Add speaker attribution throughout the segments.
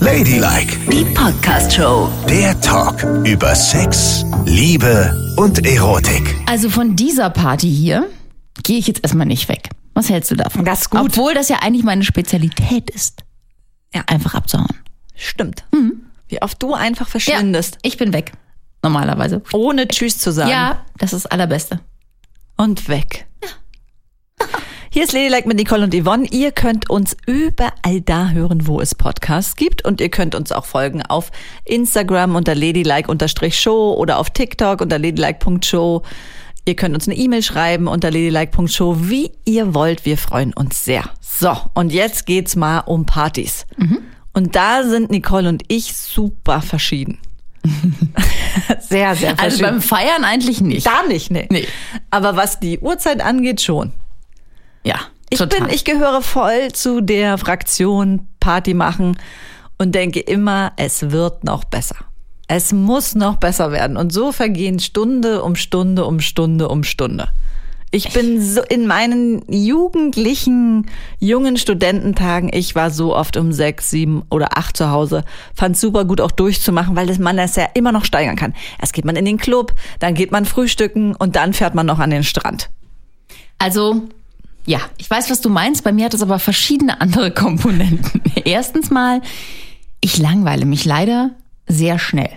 Speaker 1: Ladylike,
Speaker 2: Die Podcast Show.
Speaker 1: der Talk über Sex, Liebe und Erotik.
Speaker 3: Also von dieser Party hier gehe ich jetzt erstmal nicht weg. Was hältst du davon?
Speaker 4: Das ist gut.
Speaker 3: Obwohl das ja eigentlich meine Spezialität ist. Ja. Einfach abzuhauen.
Speaker 4: Stimmt. Wie oft du einfach verschwindest,
Speaker 3: Ja, ich bin weg. Normalerweise.
Speaker 4: ohne Tschüss zu sagen.
Speaker 3: Ja, das ist das Allerbeste.
Speaker 4: Und weg. Hier ist Ladylike mit Nicole und Yvonne. Ihr könnt uns überall da hören, wo es Podcasts gibt. Und ihr könnt uns auch folgen auf Instagram unter ladylike-show oder auf TikTok unter ladylike.show. Ihr könnt uns eine E-Mail schreiben unter ladylike.show, wie ihr wollt. Wir freuen uns sehr. So, und jetzt geht's mal um Partys. Und da sind Nicole und ich super verschieden. sehr, sehr verschieden.
Speaker 3: Also beim Feiern eigentlich nicht.
Speaker 4: Da nicht, nee.
Speaker 3: Nee.
Speaker 4: Aber was die Uhrzeit angeht, schon.
Speaker 3: ja,
Speaker 4: Ich
Speaker 3: total.
Speaker 4: bin, ich gehöre voll zu der Fraktion Party machen und denke immer, es wird noch besser. Es muss noch besser werden. Und so vergehen Stunde um Stunde um Stunde um Stunde. Ich bin so in meinen jugendlichen, jungen Studententagen, ich war so oft um sechs, sieben oder acht zu Hause, fand super gut auch durchzumachen, weil das man das ja immer noch steigern kann. Erst geht man in den Club, dann geht man frühstücken und dann fährt man noch an den Strand.
Speaker 3: Also, ja, ich weiß, was du meinst. Bei mir hat es aber verschiedene andere Komponenten. Erstens mal, ich langweile mich leider sehr schnell.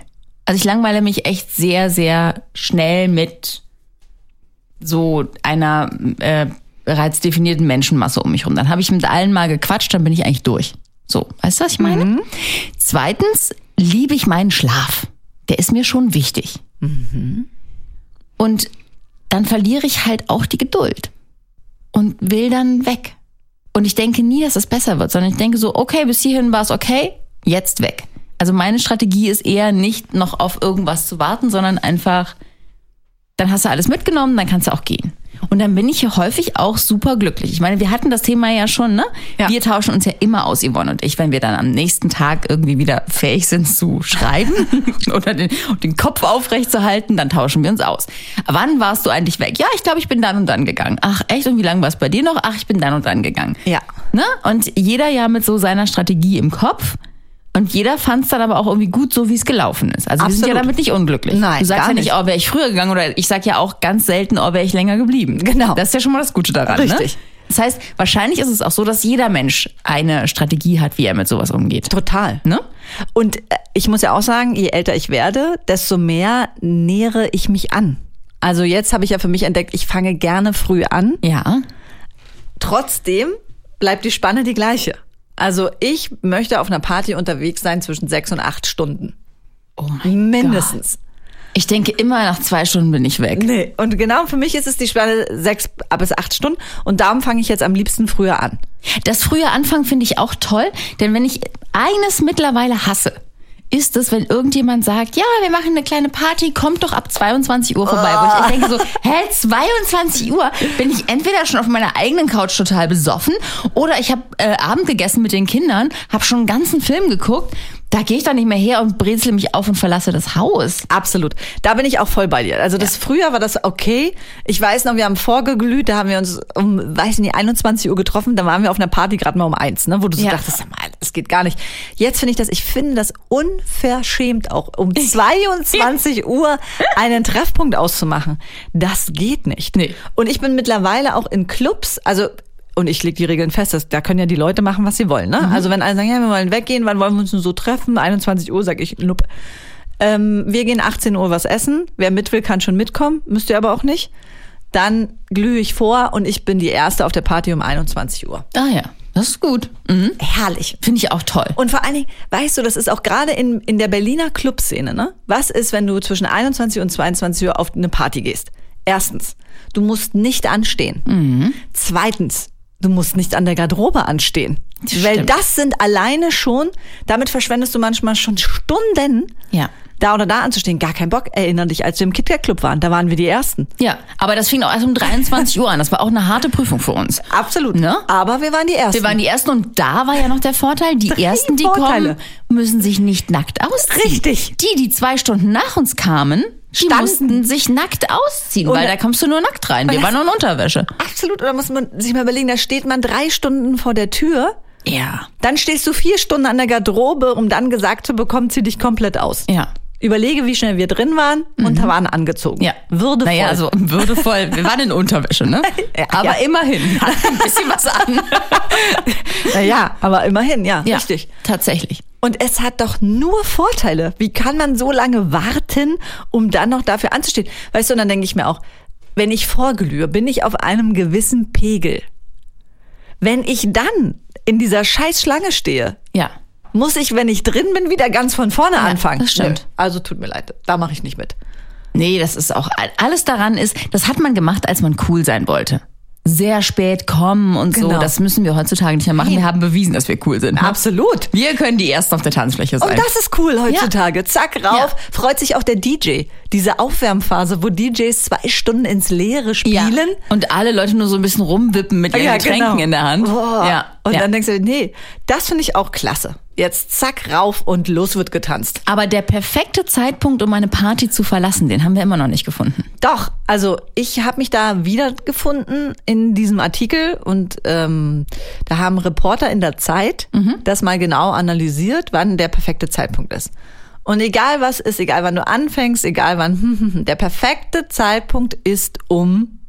Speaker 3: Also ich langweile mich echt sehr, sehr schnell mit so einer äh, bereits definierten Menschenmasse um mich rum. Dann habe ich mit allen mal gequatscht, dann bin ich eigentlich durch. So, weißt du, was ich meine? Zweitens liebe ich meinen Schlaf. Der ist mir schon wichtig. Und dann verliere ich halt auch die Geduld und will dann weg. Und ich denke nie, dass es besser wird, sondern ich denke so, okay, bis hierhin war es okay, jetzt weg. Also meine Strategie ist eher nicht noch auf irgendwas zu warten, sondern einfach, dann hast du alles mitgenommen, dann kannst du auch gehen. Und dann bin ich hier häufig auch super glücklich. Ich meine, wir hatten das Thema ja schon, ne?
Speaker 4: Ja.
Speaker 3: Wir tauschen uns ja immer aus, Yvonne und ich, wenn wir dann am nächsten Tag irgendwie wieder fähig sind zu schreiben oder den, den Kopf aufrecht zu halten, dann tauschen wir uns aus. Wann warst du eigentlich weg? Ja, ich glaube, ich bin dann und dann gegangen. Ach, echt? Und wie lange war es bei dir noch? Ach, ich bin dann und dann gegangen.
Speaker 4: Ja.
Speaker 3: Ne? Und jeder ja mit so seiner Strategie im Kopf. Und jeder fand es dann aber auch irgendwie gut, so wie es gelaufen ist. Also wir sind ja
Speaker 4: Absolut.
Speaker 3: damit nicht unglücklich.
Speaker 4: Nein,
Speaker 3: du sagst
Speaker 4: gar
Speaker 3: ja nicht,
Speaker 4: nicht.
Speaker 3: oh, wäre ich früher gegangen oder ich sag ja auch ganz selten, oh, wäre ich länger geblieben.
Speaker 4: Genau.
Speaker 3: Das ist ja schon mal das Gute daran.
Speaker 4: Richtig.
Speaker 3: Ne? Das heißt, wahrscheinlich ist es auch so, dass jeder Mensch eine Strategie hat, wie er mit sowas umgeht.
Speaker 4: Total.
Speaker 3: Ne?
Speaker 4: Und äh, ich muss ja auch sagen, je älter ich werde, desto mehr nähere ich mich an. Also jetzt habe ich ja für mich entdeckt, ich fange gerne früh an.
Speaker 3: Ja.
Speaker 4: Trotzdem bleibt die Spanne die gleiche. Also ich möchte auf einer Party unterwegs sein zwischen sechs und acht Stunden.
Speaker 3: Oh mein
Speaker 4: Mindestens.
Speaker 3: Gott. Ich denke immer, nach zwei Stunden bin ich weg.
Speaker 4: Nee. Und genau für mich ist es die Spanne sechs bis acht Stunden. Und darum fange ich jetzt am liebsten früher an.
Speaker 3: Das frühe Anfang finde ich auch toll, denn wenn ich eines mittlerweile hasse, ist es, wenn irgendjemand sagt, ja, wir machen eine kleine Party, kommt doch ab 22 Uhr vorbei. Wo ich denke so, hä, 22 Uhr bin ich entweder schon auf meiner eigenen Couch total besoffen oder ich habe äh, Abend gegessen mit den Kindern, habe schon einen ganzen Film geguckt, da gehe ich doch nicht mehr her und brezel mich auf und verlasse das Haus.
Speaker 4: Absolut. Da bin ich auch voll bei dir. Also das früher war das okay. Ich weiß noch, wir haben vorgeglüht, da haben wir uns um, weiß nicht, 21 Uhr getroffen, da waren wir auf einer Party gerade mal um eins, ne, wo du so
Speaker 3: Ja.
Speaker 4: dachtest, sag mal, das geht gar nicht. Jetzt finde ich das, ich finde das unverschämt auch, um 22 Uhr einen Treffpunkt auszumachen. Das geht nicht.
Speaker 3: Nee.
Speaker 4: Und ich bin mittlerweile auch in Clubs, also und ich leg die Regeln fest, dass, da können ja die Leute machen, was sie wollen. Ne?
Speaker 3: Mhm.
Speaker 4: Also wenn alle sagen, ja, wir wollen weggehen, wann wollen wir uns denn so treffen? 21 Uhr, sag ich, nup. Ähm, wir gehen 18 Uhr was essen. Wer mit will, kann schon mitkommen, müsst ihr aber auch nicht. Dann glühe ich vor und ich bin die Erste auf der Party um 21 Uhr.
Speaker 3: Ah ja, das ist gut. Mhm.
Speaker 4: Herrlich.
Speaker 3: Finde ich auch toll.
Speaker 4: Und vor allen Dingen, weißt du, das ist auch gerade in, in der Berliner Clubszene, ne? Was ist, wenn du zwischen 21 und 22 Uhr auf eine Party gehst? Erstens, du musst nicht anstehen.
Speaker 3: Mhm.
Speaker 4: Zweitens, du musst nicht an der Garderobe anstehen. Weil
Speaker 3: stimmt.
Speaker 4: das sind alleine schon, damit verschwendest du manchmal schon Stunden,
Speaker 3: Ja.
Speaker 4: da oder da anzustehen. Gar kein Bock. Erinner dich, als wir im KitKat Club waren, da waren wir die Ersten.
Speaker 3: Ja, aber das fing auch erst um 23 Uhr an. Das war auch eine harte Prüfung für uns.
Speaker 4: Absolut.
Speaker 3: Ne?
Speaker 4: Aber wir waren die Ersten.
Speaker 3: Wir waren die Ersten und da war ja noch der Vorteil, die
Speaker 4: Drei
Speaker 3: Ersten, die
Speaker 4: Vorteile.
Speaker 3: kommen, müssen sich nicht nackt ausziehen.
Speaker 4: Richtig.
Speaker 3: Die, die zwei Stunden nach uns kamen, die
Speaker 4: Standen. Oh
Speaker 3: mussten sich nackt ausziehen,
Speaker 4: Und-
Speaker 3: weil da kommst du nur nackt rein. Wir
Speaker 4: Und
Speaker 3: waren nur in Unterwäsche.
Speaker 4: Absolut, oder muss man sich mal überlegen, da steht man drei Stunden vor der Tür
Speaker 3: Ja.
Speaker 4: Dann stehst du vier Stunden an der Garderobe, um dann gesagt zu bekommen, zieh dich komplett aus.
Speaker 3: Ja. Mhm.
Speaker 4: Überlege, wie schnell wir drin waren und waren angezogen.
Speaker 3: Ja.
Speaker 4: Würdevoll.
Speaker 3: Naja, also würdevoll. Wir waren in Unterwäsche, ne?
Speaker 4: Ja,
Speaker 3: Aber
Speaker 4: ja.
Speaker 3: immerhin. wir hatten Ein bisschen was an.
Speaker 4: naja, aber immerhin, ja,
Speaker 3: Ja,
Speaker 4: richtig.
Speaker 3: Tatsächlich.
Speaker 4: Und es hat doch nur Vorteile. Wie kann man so lange warten, um dann noch dafür anzustehen? Weißt du, und dann denke ich mir auch, wenn ich vorglühe, bin ich auf einem gewissen Pegel. Wenn ich dann in dieser scheiß Schlange stehe,
Speaker 3: Ja.
Speaker 4: muss ich, wenn ich drin bin, wieder ganz von vorne anfangen.
Speaker 3: das stimmt.
Speaker 4: Nö, Also tut mir leid, da mache ich nicht mit.
Speaker 3: Nee, das ist auch alles daran ist, das hat man gemacht, als man cool sein wollte. Sehr spät kommen und so,
Speaker 4: Genau.
Speaker 3: das müssen wir heutzutage nicht mehr machen. Wir haben bewiesen, dass wir cool sind. ne?
Speaker 4: Absolut.
Speaker 3: Wir können die ersten auf der Tanzfläche sein.
Speaker 4: Und Oh, das ist cool heutzutage. Zack, rauf.
Speaker 3: Ja.
Speaker 4: Freut sich auch der DJ. Diese Aufwärmphase, wo DJs zwei Stunden ins Leere spielen.
Speaker 3: Ja. Und alle Leute nur so ein bisschen rumwippen mit ihren Getränken
Speaker 4: genau.
Speaker 3: in der Hand.
Speaker 4: Boah.
Speaker 3: Ja.
Speaker 4: Und
Speaker 3: ja.
Speaker 4: dann denkst du, nee, das finde ich auch klasse. Jetzt zack, rauf und los wird getanzt.
Speaker 3: Aber der perfekte Zeitpunkt, um eine Party zu verlassen, den haben wir immer noch nicht gefunden.
Speaker 4: Doch, also ich habe mich da wiedergefunden in diesem Artikel und ähm, da haben Reporter in der Zeit das mal genau analysiert, wann der perfekte Zeitpunkt ist. Und egal was ist, egal wann du anfängst, egal wann, hm, hm, hm, der perfekte Zeitpunkt ist um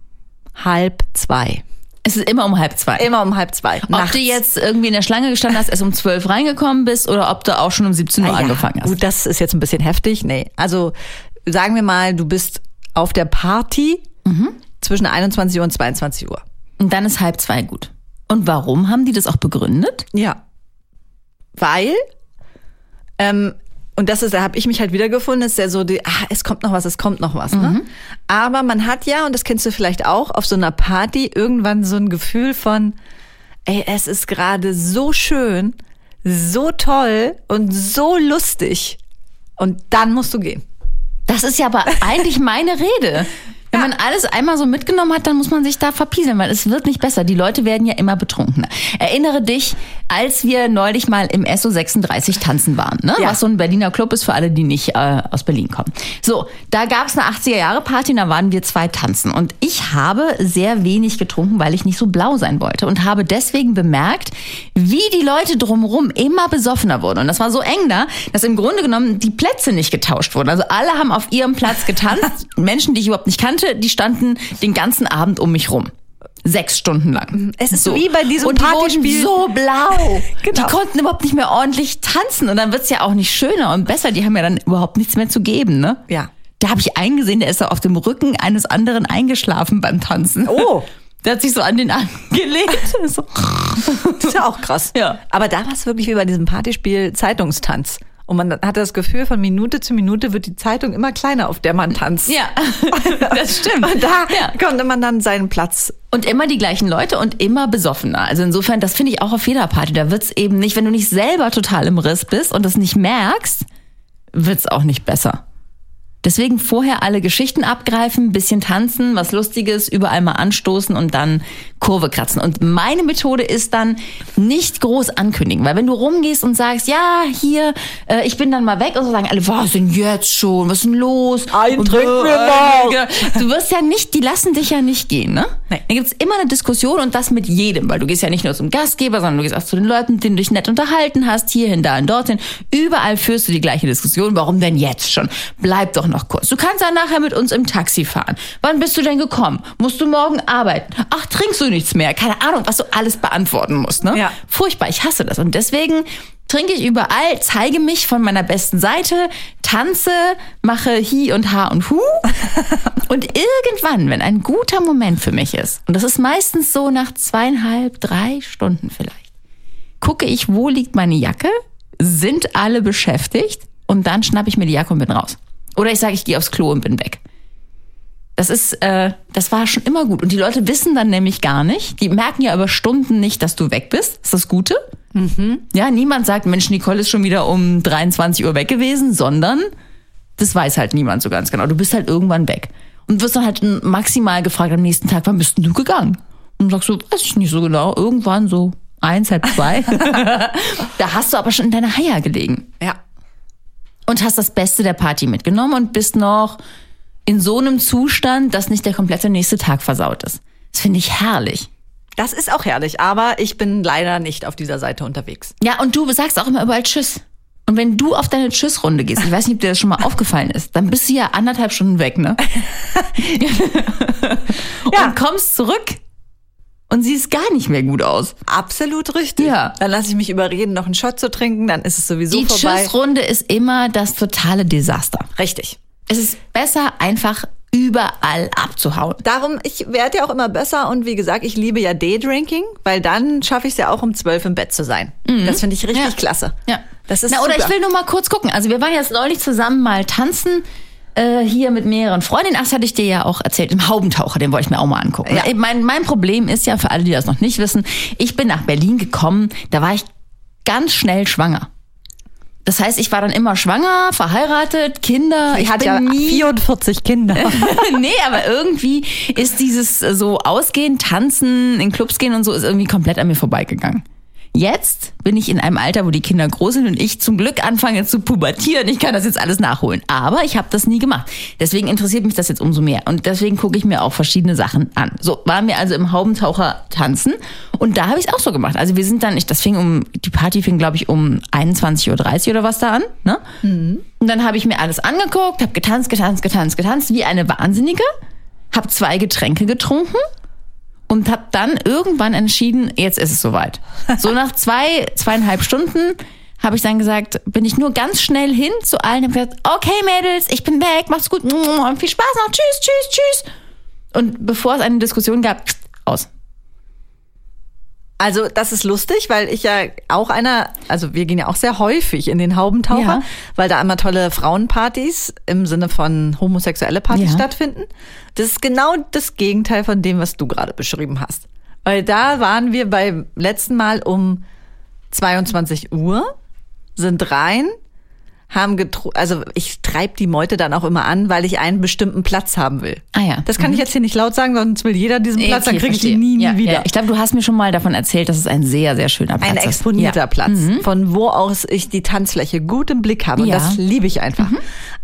Speaker 4: halb zwei.
Speaker 3: Es ist immer um halb zwei.
Speaker 4: Immer um halb zwei.
Speaker 3: ob
Speaker 4: nachts.
Speaker 3: du jetzt irgendwie in der Schlange gestanden hast, erst um zwölf reingekommen bist oder ob du auch schon um 17 Uhr
Speaker 4: Ah ja,
Speaker 3: angefangen hast.
Speaker 4: Gut, das ist jetzt ein bisschen heftig. Nee, also sagen wir mal, du bist auf der Party zwischen 21 Uhr und 22 Uhr.
Speaker 3: Und dann ist halb zwei gut. Und warum haben die das auch begründet?
Speaker 4: Ja. Weil, ähm, und das ist, da habe ich mich halt wiedergefunden, ist ja so, die, ah, es kommt noch was, es kommt noch was. Ne? Aber man hat ja, und das kennst du vielleicht auch, auf so einer Party irgendwann so ein Gefühl von, ey, es ist gerade so schön, so toll und so lustig. Und dann musst du gehen.
Speaker 3: Das ist ja aber eigentlich meine Rede. Wenn man alles einmal so mitgenommen hat, dann muss man sich da verpieseln, weil es wird nicht besser. Die Leute werden ja immer betrunkener. Erinnere dich, als wir neulich mal im SO36 tanzen waren, ne?
Speaker 4: Ja.
Speaker 3: was so ein Berliner Club ist für alle, die nicht äh, aus Berlin kommen. So, da gab's eine 80er-Jahre-Party, und da waren wir zwei tanzen. Und ich habe sehr wenig getrunken, weil ich nicht so blau sein wollte und habe deswegen bemerkt, wie die Leute drumherum immer besoffener wurden. Und das war so eng da, dass im Grunde genommen die Plätze nicht getauscht wurden. Also alle haben auf ihrem Platz getanzt. Menschen, die ich überhaupt nicht kannte, die standen den ganzen Abend um mich rum. Sechs Stunden lang.
Speaker 4: Es ist wie bei diesem
Speaker 3: Und die
Speaker 4: Partyspiel.
Speaker 3: wurden so blau.
Speaker 4: Genau.
Speaker 3: Die konnten überhaupt nicht mehr ordentlich tanzen. Und dann wird's ja auch nicht schöner und besser. Die haben ja dann überhaupt nichts mehr zu geben, ne?
Speaker 4: Ja.
Speaker 3: Da habe ich eingesehen, der ist da auf dem Rücken eines anderen eingeschlafen beim Tanzen.
Speaker 4: Oh.
Speaker 3: Der hat sich so an den Arm gelegt. So.
Speaker 4: Das ist ja auch krass.
Speaker 3: Ja.
Speaker 4: Aber da war es wirklich wie bei diesem Partyspiel Zeitungstanz. Und man hatte das Gefühl, von Minute zu Minute wird die Zeitung immer kleiner, auf der man tanzt.
Speaker 3: Ja, das stimmt.
Speaker 4: Und da
Speaker 3: Ja.
Speaker 4: konnte man dann seinen Platz.
Speaker 3: Und immer die gleichen Leute und immer besoffener. Also insofern, das finde ich auch auf jeder Party. Da wird's eben nicht, wenn du nicht selber total im Riss bist und das nicht merkst, wird's auch nicht besser. Deswegen vorher alle Geschichten abgreifen, bisschen tanzen, was Lustiges, überall mal anstoßen und dann Kurve kratzen. Und meine Methode ist dann nicht groß ankündigen, weil wenn du rumgehst und sagst, ja, hier, äh, ich bin dann mal weg und so sagen alle, was denn jetzt schon, was ist denn los?
Speaker 4: Einen
Speaker 3: Und,
Speaker 4: trinken wir noch.
Speaker 3: äh, Du wirst ja nicht, die lassen dich ja nicht gehen, ne?
Speaker 4: Nee.
Speaker 3: Dann gibt's immer eine Diskussion und das mit jedem, weil du gehst ja nicht nur zum Gastgeber, sondern du gehst auch zu den Leuten, mit denen du dich nett unterhalten hast, hierhin, dahin, dorthin. Überall führst du die gleiche Diskussion. Warum denn jetzt schon? Bleib doch noch kurz. Du kannst ja nachher mit uns im Taxi fahren. Wann bist du denn gekommen? Musst du morgen arbeiten? Ach, trinkst du nichts mehr? Keine Ahnung, was du alles beantworten musst, ne?
Speaker 4: Ja.
Speaker 3: Furchtbar, ich hasse das. Und deswegen trinke ich überall, zeige mich von meiner besten Seite, tanze, mache Hi und Ha und Hu. Und irgendwann, wenn ein guter Moment für mich ist, und das ist meistens so nach zweieinhalb, drei Stunden vielleicht, gucke ich, wo liegt meine Jacke, sind alle beschäftigt und dann schnappe ich mir die Jacke und bin raus. Oder ich sage, ich gehe aufs Klo und bin weg. Das ist, äh, das war schon immer gut. Und die Leute wissen dann nämlich gar nicht, die merken ja über Stunden nicht, dass du weg bist. Ist das Gute? Ja, niemand sagt, Mensch, Nicole ist schon wieder um 23 Uhr weg gewesen, sondern das weiß halt niemand so ganz genau. Du bist halt irgendwann weg. Und wirst dann halt maximal gefragt am nächsten Tag, wann bist denn du gegangen? Und sagst du, weiß ich nicht so genau, irgendwann so eins, halb zwei. da hast du aber schon in deiner Haier gelegen
Speaker 4: Ja.
Speaker 3: und hast das Beste der Party mitgenommen und bist noch in so einem Zustand, dass nicht der komplette nächste Tag versaut ist. Das finde ich herrlich.
Speaker 4: Das ist auch herrlich, aber ich bin leider nicht auf dieser Seite unterwegs.
Speaker 3: Ja, und du sagst auch immer überall Tschüss. Und wenn du auf deine Tschüss-Runde gehst, ich weiß nicht, ob dir das schon mal aufgefallen ist, dann bist du ja anderthalb Stunden weg, ne? und
Speaker 4: Ja.
Speaker 3: kommst zurück und siehst gar nicht mehr gut aus.
Speaker 4: Absolut richtig.
Speaker 3: Ja.
Speaker 4: Dann lasse ich mich überreden, noch einen Shot zu trinken, dann ist es sowieso
Speaker 3: Die
Speaker 4: vorbei.
Speaker 3: Tschüss-Runde ist immer das totale Desaster.
Speaker 4: Richtig.
Speaker 3: Es ist besser, einfach überall abzuhauen.
Speaker 4: Darum, ich werde ja auch immer besser und wie gesagt, ich liebe ja Daydrinking, weil dann schaffe ich es ja auch um zwölf im Bett zu sein. Das finde ich richtig
Speaker 3: Mhm. Ja.
Speaker 4: klasse.
Speaker 3: Ja.
Speaker 4: Das ist
Speaker 3: Na, oder
Speaker 4: super.
Speaker 3: ich will nur mal kurz gucken. Also wir waren jetzt neulich zusammen mal tanzen. äh, Hier mit mehreren Freundinnen. Ach, das hatte ich dir ja auch erzählt. Im Haubentaucher, den wollte ich mir auch mal angucken.
Speaker 4: Ja.
Speaker 3: Äh, Mein, mein Problem ist ja, für alle, die das noch nicht wissen, ich bin nach Berlin gekommen, da war ich ganz schnell schwanger. Das heißt, ich war dann immer schwanger, verheiratet, Kinder.
Speaker 4: ich
Speaker 3: ich
Speaker 4: hatte
Speaker 3: bin
Speaker 4: ja
Speaker 3: nie
Speaker 4: 44 Kinder.
Speaker 3: nee, aber irgendwie ist dieses äh, so Ausgehen, Tanzen, in Clubs gehen und so, ist irgendwie komplett an mir vorbeigegangen. Jetzt bin ich in einem Alter, wo die Kinder groß sind und ich zum Glück anfange zu pubertieren. Ich kann das jetzt alles nachholen. Aber ich habe das nie gemacht. Deswegen interessiert mich das jetzt umso mehr. Und deswegen gucke ich mir auch verschiedene Sachen an. So, waren wir also im Haubentaucher tanzen und da habe ich es auch so gemacht. Also wir sind dann, ich, das fing um, die Party fing, glaube ich, um 21.30 Uhr oder was da an. Ne? Und dann habe ich mir alles angeguckt, habe getanzt, getanzt, getanzt, getanzt, wie eine Wahnsinnige. Habe zwei Getränke getrunken und habe dann irgendwann entschieden, jetzt ist es soweit. So nach zwei, zweieinhalb Stunden habe ich dann gesagt, bin ich nur ganz schnell hin zu allen und gesagt, okay Mädels, ich bin weg, macht's gut, viel Spaß noch, tschüss, tschüss, tschüss. Und bevor es eine Diskussion gab, aus.
Speaker 4: Also das ist lustig, weil ich ja auch einer, also wir gehen ja auch sehr häufig in den Haubentaucher,
Speaker 3: Ja.
Speaker 4: weil da immer tolle Frauenpartys im Sinne von homosexuelle Partys
Speaker 3: Ja.
Speaker 4: stattfinden. Das ist genau das Gegenteil von dem, was du gerade beschrieben hast. Weil da waren wir beim letzten Mal um 22 Uhr, sind rein, haben getru also ich treibe die Meute dann auch immer an, weil ich einen bestimmten Platz haben will.
Speaker 3: Ah ja.
Speaker 4: Das kann ich jetzt hier nicht laut sagen, sonst will jeder diesen Platz, dann
Speaker 3: Okay,
Speaker 4: kriege ich
Speaker 3: verstehe.
Speaker 4: ihn nie, nie
Speaker 3: ja,
Speaker 4: wieder.
Speaker 3: Ja. Ich glaube, du hast mir schon mal davon erzählt, dass es ein sehr, sehr schöner Platz
Speaker 4: Ein
Speaker 3: ist.
Speaker 4: exponierter
Speaker 3: ja. Mhm.
Speaker 4: Platz, von wo aus ich die Tanzfläche gut im Blick habe. Und
Speaker 3: Ja. Mhm.
Speaker 4: das liebe ich einfach.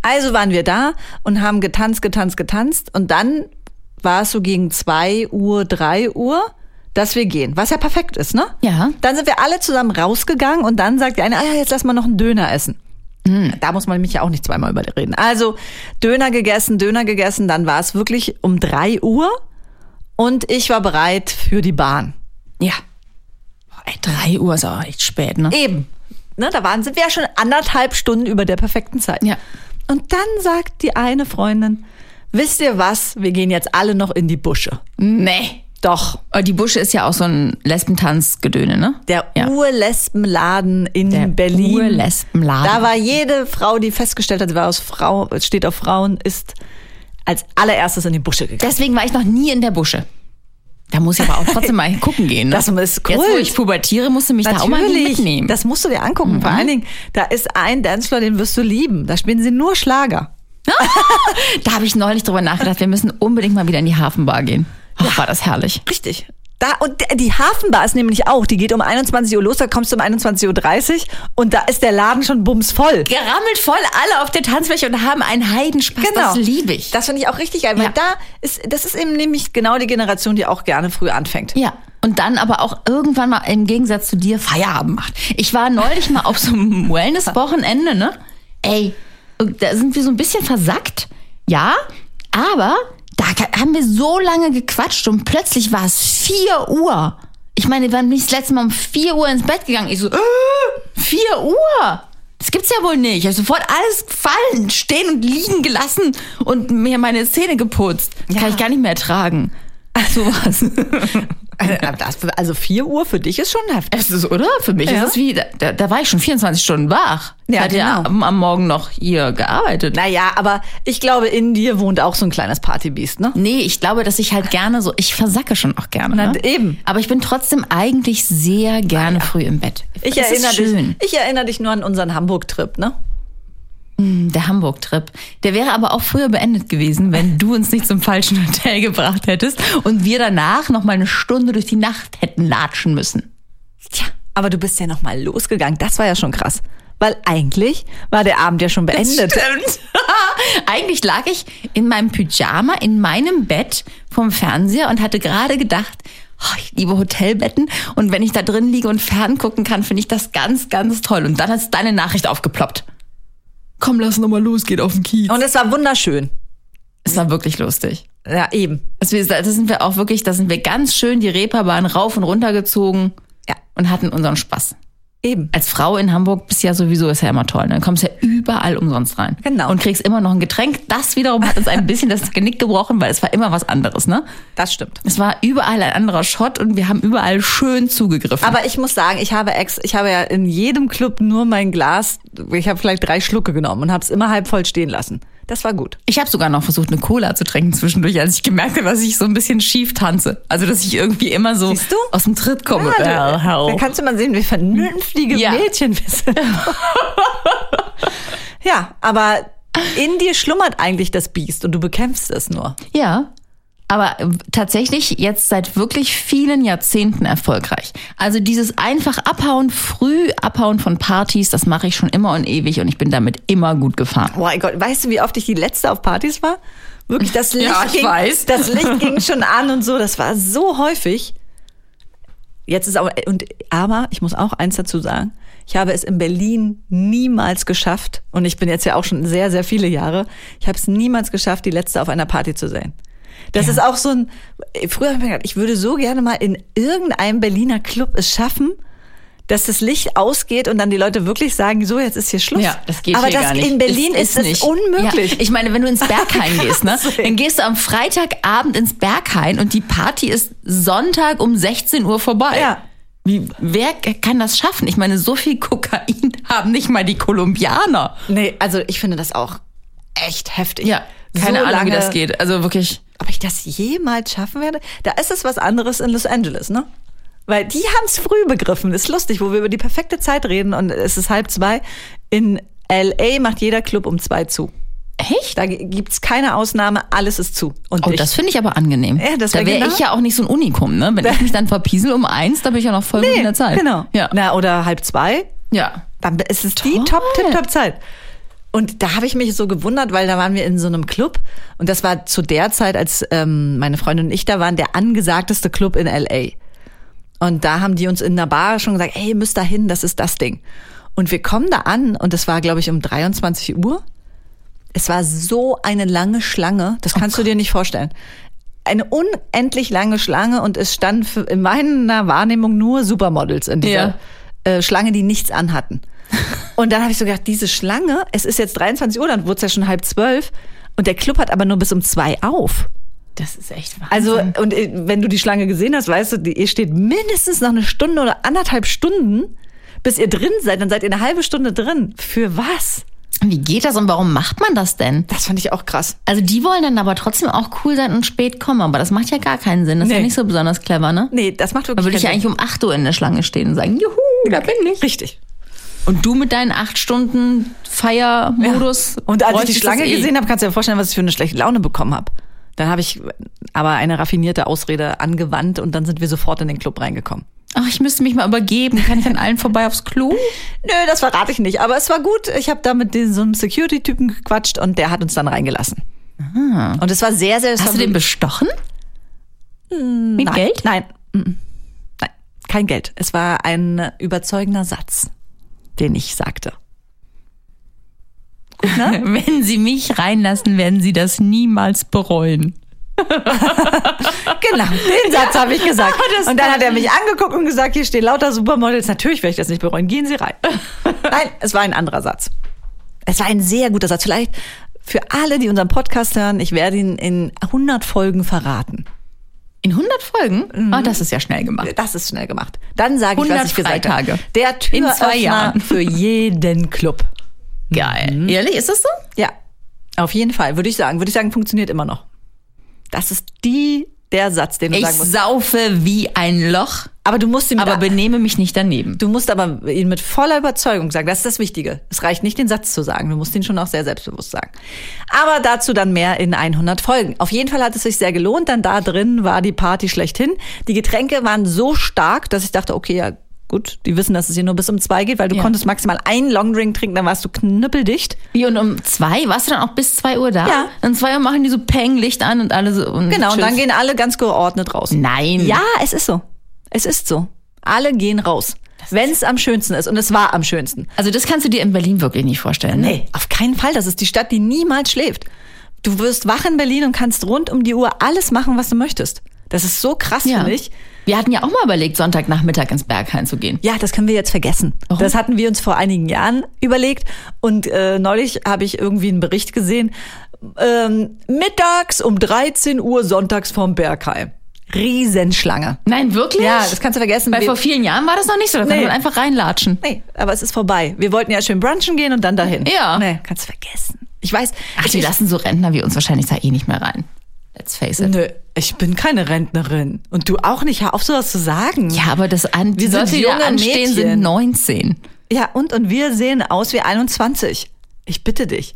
Speaker 4: Also waren wir da und haben getanzt, getanzt, getanzt. Und dann war es so gegen 2 Uhr, 3 Uhr, dass wir gehen. Was ja perfekt ist, ne?
Speaker 3: Ja.
Speaker 4: Dann sind wir alle zusammen rausgegangen und dann sagt der eine, ah ja, jetzt lass mal noch einen Döner essen.
Speaker 3: Mhm.
Speaker 4: Da muss man mich ja auch nicht zweimal überreden. Also Döner gegessen, Döner gegessen, dann war es wirklich um 3 Uhr und ich war bereit für die Bahn.
Speaker 3: Ja. Boah, ey, drei Uhr ist auch echt spät, ne?
Speaker 4: Eben. Ne, da waren, sind wir ja schon anderthalb Stunden über der perfekten Zeit.
Speaker 3: Ja.
Speaker 4: Und dann sagt die eine Freundin, wisst ihr was, wir gehen jetzt alle noch in die Busche.
Speaker 3: Nee.
Speaker 4: Doch,
Speaker 3: Aber Die Busche ist ja auch so ein Lesbentanzgedöne, ne?
Speaker 4: der
Speaker 3: ja.
Speaker 4: Urlesbenladen in
Speaker 3: Der
Speaker 4: Berlin.
Speaker 3: Urlesbenladen.
Speaker 4: Da war jede Frau, die festgestellt hat, sie war aus Frau, steht auf Frauen, ist als allererstes in die Busche gegangen.
Speaker 3: Deswegen war ich noch nie in der Busche. Da muss ich aber auch trotzdem mal gucken gehen. Ne?
Speaker 4: Das ist cool.
Speaker 3: Jetzt, wo ich pubertiere, musst du mich da auch mal hin mitnehmen. Mhm.
Speaker 4: das musst du dir angucken. Vor allen Dingen, da ist ein Dancefloor, den wirst du lieben. Da spielen sie nur Schlager.
Speaker 3: da habe ich neulich drüber nachgedacht, wir müssen unbedingt mal wieder in die Hafenbar gehen. Ach, war das herrlich.
Speaker 4: Richtig. Da, und der- die Hafenbar ist nämlich auch, die geht um 21 Uhr los, da kommst du um 21.30 Uhr und da ist der Laden schon bumsvoll.
Speaker 3: Gerammelt voll alle auf der Tanzfläche und haben einen Heidenspaß. Das liebe ich.
Speaker 4: Genau. Das finde ich auch richtig geil, weil
Speaker 3: Ja.
Speaker 4: da ist, das ist eben nämlich genau die Generation, die auch gerne früh anfängt.
Speaker 3: Ja. Und dann aber auch irgendwann mal im Gegensatz zu dir Feierabend macht. Ich war neulich mal auf so einem Wellness-Wochenende, ne? Ey, da sind wir so ein bisschen versackt. Ja, aber da ka- haben wir so lange gequatscht und plötzlich war es 4 Uhr. Ich meine, wann bin ich das letzte Mal um 4 Uhr ins Bett gegangen? Ich so, äh, 4 Uhr? Das gibt's ja wohl nicht. Ich habe sofort alles fallen, stehen und liegen gelassen und mir meine Zähne geputzt. Das kann ich gar nicht mehr ertragen. So was.
Speaker 4: Also, das- Also 4 Uhr für dich ist schon heftig.
Speaker 3: Es ist, oder? Für mich
Speaker 4: Ja.
Speaker 3: ist es wie, da, da war ich schon 24 Stunden wach. Ich
Speaker 4: Ja,
Speaker 3: hatte ja
Speaker 4: genau.
Speaker 3: am, am Morgen noch hier gearbeitet.
Speaker 4: Naja, aber ich glaube, in dir wohnt auch so ein kleines Partybiest, ne?
Speaker 3: Nee, ich glaube, dass ich halt gerne so, ich versacke schon auch gerne.
Speaker 4: Na,
Speaker 3: ne?
Speaker 4: eben.
Speaker 3: Aber ich bin trotzdem eigentlich sehr gerne früh im Bett.
Speaker 4: Ich
Speaker 3: Es
Speaker 4: erinnere,
Speaker 3: ist schön.
Speaker 4: Dich, ich erinnere dich nur an unseren Hamburg-Trip, ne?
Speaker 3: Der Hamburg-Trip. Der wäre aber auch früher beendet gewesen, wenn du uns nicht zum falschen Hotel gebracht hättest und wir danach noch mal eine Stunde durch die Nacht hätten latschen müssen.
Speaker 4: Tja, aber du bist ja nochmal losgegangen. Das war ja schon krass. Weil eigentlich war der Abend ja schon beendet.
Speaker 3: Stimmt. Eigentlich lag ich in meinem Pyjama in meinem Bett vom Fernseher und hatte gerade gedacht, oh, ich liebe Hotelbetten und wenn ich da drin liege und ferngucken kann, finde ich das ganz, ganz toll. Und dann ist deine Nachricht aufgeploppt. Komm, lass nochmal los, geht auf den Kiez.
Speaker 4: Und es war wunderschön.
Speaker 3: es war wirklich lustig.
Speaker 4: Ja, eben.
Speaker 3: Also wir, da sind wir auch wirklich, da sind wir ganz schön die Reeperbahn rauf und runter gezogen
Speaker 4: Ja.
Speaker 3: und hatten unseren Spaß.
Speaker 4: Eben.
Speaker 3: Als Frau in Hamburg bist du ja sowieso, ist ja immer toll. Ne? Du kommst ja überall umsonst rein.
Speaker 4: Genau.
Speaker 3: Und kriegst immer noch ein Getränk. Das wiederum hat uns ein bisschen das Genick gebrochen, weil es war immer was anderes. Ne?
Speaker 4: Das stimmt.
Speaker 3: Es war überall ein anderer Shot und wir haben überall schön zugegriffen.
Speaker 4: Aber ich muss sagen, ich habe ex, ich habe ja in jedem Club nur mein Glas, ich habe vielleicht drei Schlucke genommen und habe es immer halb voll stehen lassen. Das war gut.
Speaker 3: ich habe sogar noch versucht, eine Cola zu trinken zwischendurch, als ich gemerkt habe, dass ich so ein bisschen schief tanze. Also, dass ich irgendwie immer so
Speaker 4: Siehst du?
Speaker 3: aus dem Tritt komme.
Speaker 4: Ja,
Speaker 3: Äh, hau.
Speaker 4: du, da kannst du mal sehen, wie vernünftige
Speaker 3: Ja.
Speaker 4: Mädchen wir sind. ja, aber in dir schlummert eigentlich das Biest und du bekämpfst es nur.
Speaker 3: Ja. Aber äh, tatsächlich jetzt seit wirklich vielen Jahrzehnten erfolgreich. Also dieses einfach abhauen, früh abhauen von Partys, das mache ich schon immer und ewig und ich bin damit immer gut gefahren.
Speaker 4: Oh mein Gott, weißt du, wie oft ich die letzte auf Partys war? Wirklich, das Licht,
Speaker 3: Ja, ich
Speaker 4: ging,
Speaker 3: weiß.
Speaker 4: das Licht ging schon an und so. Das war so häufig. Jetzt ist aber, und, aber ich muss auch eins dazu sagen. Ich habe es in Berlin niemals geschafft. Und ich bin jetzt ja auch schon sehr, sehr viele Jahre. Ich habe es niemals geschafft, die letzte auf einer Party zu sein. Das ist auch so ein, früher habe ich mir gedacht, ich würde so gerne mal in irgendeinem Berliner Club es schaffen, dass das Licht ausgeht und dann die Leute wirklich sagen, so, jetzt ist hier Schluss.
Speaker 3: Ja, das geht
Speaker 4: Aber
Speaker 3: hier
Speaker 4: das
Speaker 3: gar nicht.
Speaker 4: in Berlin
Speaker 3: Es
Speaker 4: ist, es unmöglich.
Speaker 3: Ja, ich meine, wenn du ins Berghain gehst, ne,
Speaker 4: Krass, ey.
Speaker 3: dann gehst du am Freitagabend ins Berghain und die Party ist Sonntag um 16 Uhr vorbei.
Speaker 4: Ja.
Speaker 3: Wie, wer kann das schaffen? Ich meine, so viel Kokain haben nicht mal die Kolumbianer.
Speaker 4: Nee, also ich finde das auch echt heftig.
Speaker 3: Ja, keine
Speaker 4: So
Speaker 3: Ahnung, wie
Speaker 4: lange-
Speaker 3: das geht. Also wirklich.
Speaker 4: Ob ich das jemals schaffen werde? Da ist es was anderes in Los Angeles, ne? Weil die haben es früh begriffen. Ist lustig, wo wir über die perfekte Zeit reden und es ist halb zwei. In L.A. macht jeder Club um zwei zu.
Speaker 3: Echt?
Speaker 4: Da gi- gibt's keine Ausnahme, alles ist zu. Und
Speaker 3: Oh,
Speaker 4: ich,
Speaker 3: das finde ich aber angenehm.
Speaker 4: Ja, das
Speaker 3: da
Speaker 4: wär
Speaker 3: wäre
Speaker 4: genau-
Speaker 3: ich ja auch nicht so ein Unikum, ne? Wenn ich mich dann verpiesel um eins, da bin ich ja noch voll gut in der Zeit.
Speaker 4: Genau.
Speaker 3: Ja.
Speaker 4: Na, oder halb zwei.
Speaker 3: ja.
Speaker 4: Dann ist es die
Speaker 3: Toll.
Speaker 4: top tip top zeit Und da habe ich mich so gewundert, weil da waren wir in so einem Club und das war zu der Zeit, als ähm, meine Freundin und ich da waren, der angesagteste Club in LA. Und da haben die uns in der Bar schon gesagt, ey, ihr müsst da hin, das ist das Ding. Und wir kommen da an und das war, glaube ich, um 23 Uhr. Es war so eine lange Schlange, das kannst du dir nicht vorstellen. Eine unendlich lange Schlange und es standen für, in meiner Wahrnehmung nur Supermodels in dieser äh, Schlange, die nichts anhatten. Und dann habe ich so gedacht, diese Schlange, es ist jetzt 23 Uhr, dann wurde es ja schon halb zwölf und der Club hat aber nur bis um zwei auf.
Speaker 3: Das ist echt wahr.
Speaker 4: Also, und äh, wenn du die Schlange gesehen hast, weißt du, die- ihr steht mindestens noch eine Stunde oder anderthalb Stunden, bis ihr drin seid. Dann seid ihr eine halbe Stunde drin. Für was?
Speaker 3: Also, Wie geht das und warum macht man das denn?
Speaker 4: Das fand ich auch krass.
Speaker 3: Also die wollen dann aber trotzdem auch cool sein und spät kommen, aber das macht ja gar keinen Sinn. Das ist ja
Speaker 4: Nee.
Speaker 3: nicht so besonders clever, ne?
Speaker 4: Nee, das macht wirklich
Speaker 3: Da würde ich ja
Speaker 4: keinen
Speaker 3: eigentlich um 8 Uhr in der Schlange stehen und sagen, juhu, da bin ich.
Speaker 4: Sinn. Richtig.
Speaker 3: Und du mit deinen 8 Stunden Feiermodus.
Speaker 4: Und als ich die
Speaker 3: bräuchtest
Speaker 4: Schlange
Speaker 3: das eh.
Speaker 4: gesehen habe, kannst du dir vorstellen, was ich für eine schlechte Laune bekommen habe. Dann habe ich äh, aber eine raffinierte Ausrede angewandt und dann sind wir sofort in den Club reingekommen.
Speaker 3: Ach, ich müsste mich mal übergeben. Kann ich an allen vorbei aufs Klo?
Speaker 4: Nö, das verrate ich nicht. Aber es war gut. Ich habe da mit diesem- so einem Security-Typen gequatscht und der hat uns dann reingelassen. Und es war sehr, sehr... es war
Speaker 3: Ah. Hast du den bestochen? Mit
Speaker 4: Nein.
Speaker 3: Geld?
Speaker 4: Nein. Mhm. Nein. Kein Geld. Es war ein überzeugender Satz, den ich sagte.
Speaker 3: Wenn Sie mich reinlassen, werden Sie das niemals bereuen.
Speaker 4: Genau, den Satz habe ich gesagt.
Speaker 3: Das
Speaker 4: und dann hat
Speaker 3: kann
Speaker 4: er mich angeguckt und gesagt, hier stehen lauter Supermodels. Natürlich werde ich das nicht bereuen. Gehen Sie rein. Nein, es war ein anderer Satz. Es war ein sehr guter Satz. Vielleicht für alle, die unseren Podcast hören, ich werde ihn in 100 Folgen verraten.
Speaker 3: In 100 Folgen? Ah, das ist ja schnell gemacht.
Speaker 4: Das ist schnell gemacht. Dann sage ich,
Speaker 3: 100
Speaker 4: was ich gesagt habe.
Speaker 3: Freitage.
Speaker 4: Der Türöffner
Speaker 3: zwei Jahren.
Speaker 4: für jeden Club.
Speaker 3: Geil. Ehrlich, ist das so?
Speaker 4: Ja, auf jeden Fall, würde ich sagen. Würde ich sagen, funktioniert immer noch. Das ist die, der Satz, den du
Speaker 3: Ich
Speaker 4: sagen musst.
Speaker 3: saufe wie ein Loch,
Speaker 4: Aber du musst ihn
Speaker 3: aber
Speaker 4: mit,
Speaker 3: benehme mich nicht daneben.
Speaker 4: du musst aber ihn mit voller Überzeugung sagen. Das ist das Wichtige. Es reicht nicht, den Satz zu sagen. Du musst ihn schon auch sehr selbstbewusst sagen. Aber dazu dann mehr in 100 Folgen. Auf jeden Fall hat es sich sehr gelohnt, denn da drin war die Party schlechthin. Die Getränke waren so stark, dass ich dachte, okay, ja, Gut, die wissen, dass es hier nur bis um zwei geht, weil du konntest maximal einen Longdrink trinken, dann warst du knüppeldicht.
Speaker 3: Wie und um zwei? Warst du dann auch bis zwei Uhr da?
Speaker 4: Ja.
Speaker 3: Und zwei Uhr machen die so Peng, Licht an und alle so. Und
Speaker 4: Genau, und
Speaker 3: tschüss.
Speaker 4: dann gehen alle ganz geordnet raus.
Speaker 3: Nein.
Speaker 4: Ja, es ist so. Es ist so. Alle gehen raus. Wenn es am schönsten ist. Und es war am schönsten.
Speaker 3: Also das kannst du dir in Berlin wirklich nicht vorstellen. Ne?
Speaker 4: Nee, auf keinen Fall. Das ist die Stadt, die niemals schläft. Du wirst wach in Berlin und kannst rund um die Uhr alles machen, was du möchtest. Das ist so krass
Speaker 3: Ja.
Speaker 4: für mich.
Speaker 3: Wir hatten ja auch mal überlegt, Sonntagnachmittag ins Berghain zu gehen.
Speaker 4: Ja, das können wir jetzt vergessen.
Speaker 3: Warum?
Speaker 4: Das hatten wir uns vor einigen Jahren überlegt. Und äh, neulich habe ich irgendwie einen Bericht gesehen. Ähm, mittags um 13 Uhr sonntags vom Bergheim. Riesenschlange.
Speaker 3: Nein, wirklich?
Speaker 4: Ja, das kannst du vergessen.
Speaker 3: Weil
Speaker 4: Wir-
Speaker 3: vor vielen Jahren war das noch nicht so. Da konnte
Speaker 4: Nee.
Speaker 3: man einfach reinlatschen.
Speaker 4: Nee, aber es ist vorbei. Wir wollten ja schön brunchen gehen und dann dahin.
Speaker 3: Ja.
Speaker 4: Nee, kannst vergessen. Ich weiß.
Speaker 3: Ach,
Speaker 4: ich,
Speaker 3: die lassen so Rentner wie uns wahrscheinlich da eh nicht mehr rein. Let's face it.
Speaker 4: Nö, ne, ich bin keine Rentnerin. Und du auch nicht. Hör auf, sowas zu sagen.
Speaker 3: Ja, aber das an, die
Speaker 4: Wir sind
Speaker 3: Leute, die da
Speaker 4: junge
Speaker 3: anstehen, sind
Speaker 4: Mädchen.
Speaker 3: 19.
Speaker 4: Ja, und, und wir sehen aus wie 21. Ich bitte dich.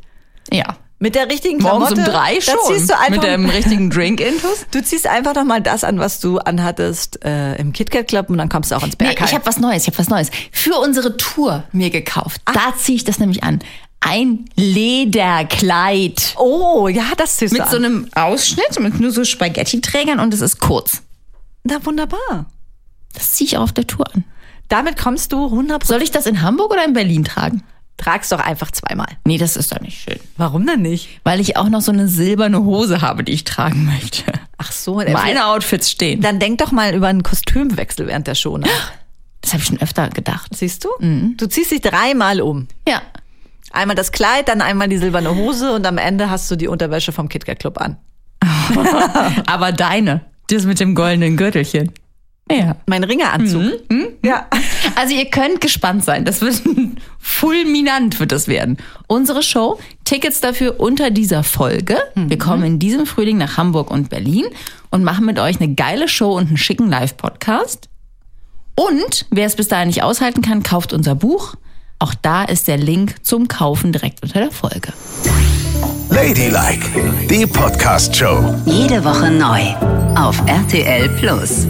Speaker 3: Ja.
Speaker 4: Mit der richtigen
Speaker 3: Morgens um
Speaker 4: Klamotte,
Speaker 3: drei schon.
Speaker 4: Da ziehst du einfach,
Speaker 3: Mit dem richtigen Drink-Intus.
Speaker 4: du ziehst einfach noch mal das an, was du anhattest äh, im KitKat Club und dann kommst du auch ins
Speaker 3: Nee,
Speaker 4: Bergheim.
Speaker 3: Äh, ich habe was Neues, ich habe was Neues. Für unsere Tour mir gekauft. Da ziehe ich das nämlich an. Ein Lederkleid.
Speaker 4: oh, ja, das ziehst du
Speaker 3: Mit
Speaker 4: an.
Speaker 3: so ne- einem Ausschnitt, mit nur so Spaghetti-Trägern und es ist kurz.
Speaker 4: Na, wunderbar.
Speaker 3: Das ziehe ich auch auf der Tour an.
Speaker 4: Damit kommst du 100
Speaker 3: Soll ich das in Hamburg oder in Berlin tragen?
Speaker 4: Trag's doch einfach zweimal.
Speaker 3: Nee, das ist doch nicht schön.
Speaker 4: Warum denn nicht?
Speaker 3: Weil ich auch noch so eine silberne Hose habe, die ich tragen möchte.
Speaker 4: Ach so,
Speaker 3: Meine Outfits stehen.
Speaker 4: Dann denk doch mal über einen Kostümwechsel während der Show. nach.
Speaker 3: Das habe ich schon öfter gedacht.
Speaker 4: Siehst du? Du ziehst dich dreimal um.
Speaker 3: Ja.
Speaker 4: Einmal das Kleid, dann einmal die silberne Hose und am Ende hast du die Unterwäsche vom KitKat Club an.
Speaker 3: Aber deine. Das mit dem goldenen Gürtelchen. Ja.
Speaker 4: Mein Ringeranzug. Mhm. Ja.
Speaker 3: Also ihr könnt gespannt sein. Das wird fulminant wird das werden. Unsere Show, Tickets dafür unter dieser Folge. Wir kommen in diesem Frühling nach Hamburg und Berlin und machen mit euch eine geile Show und einen schicken Live-Podcast. Und wer es bis dahin nicht aushalten kann, kauft unser Buch. Auch da ist der Link zum Kaufen direkt unter der Folge.
Speaker 1: Ladylike, die Podcast-Show.
Speaker 2: Jede Woche neu auf RTL Plus.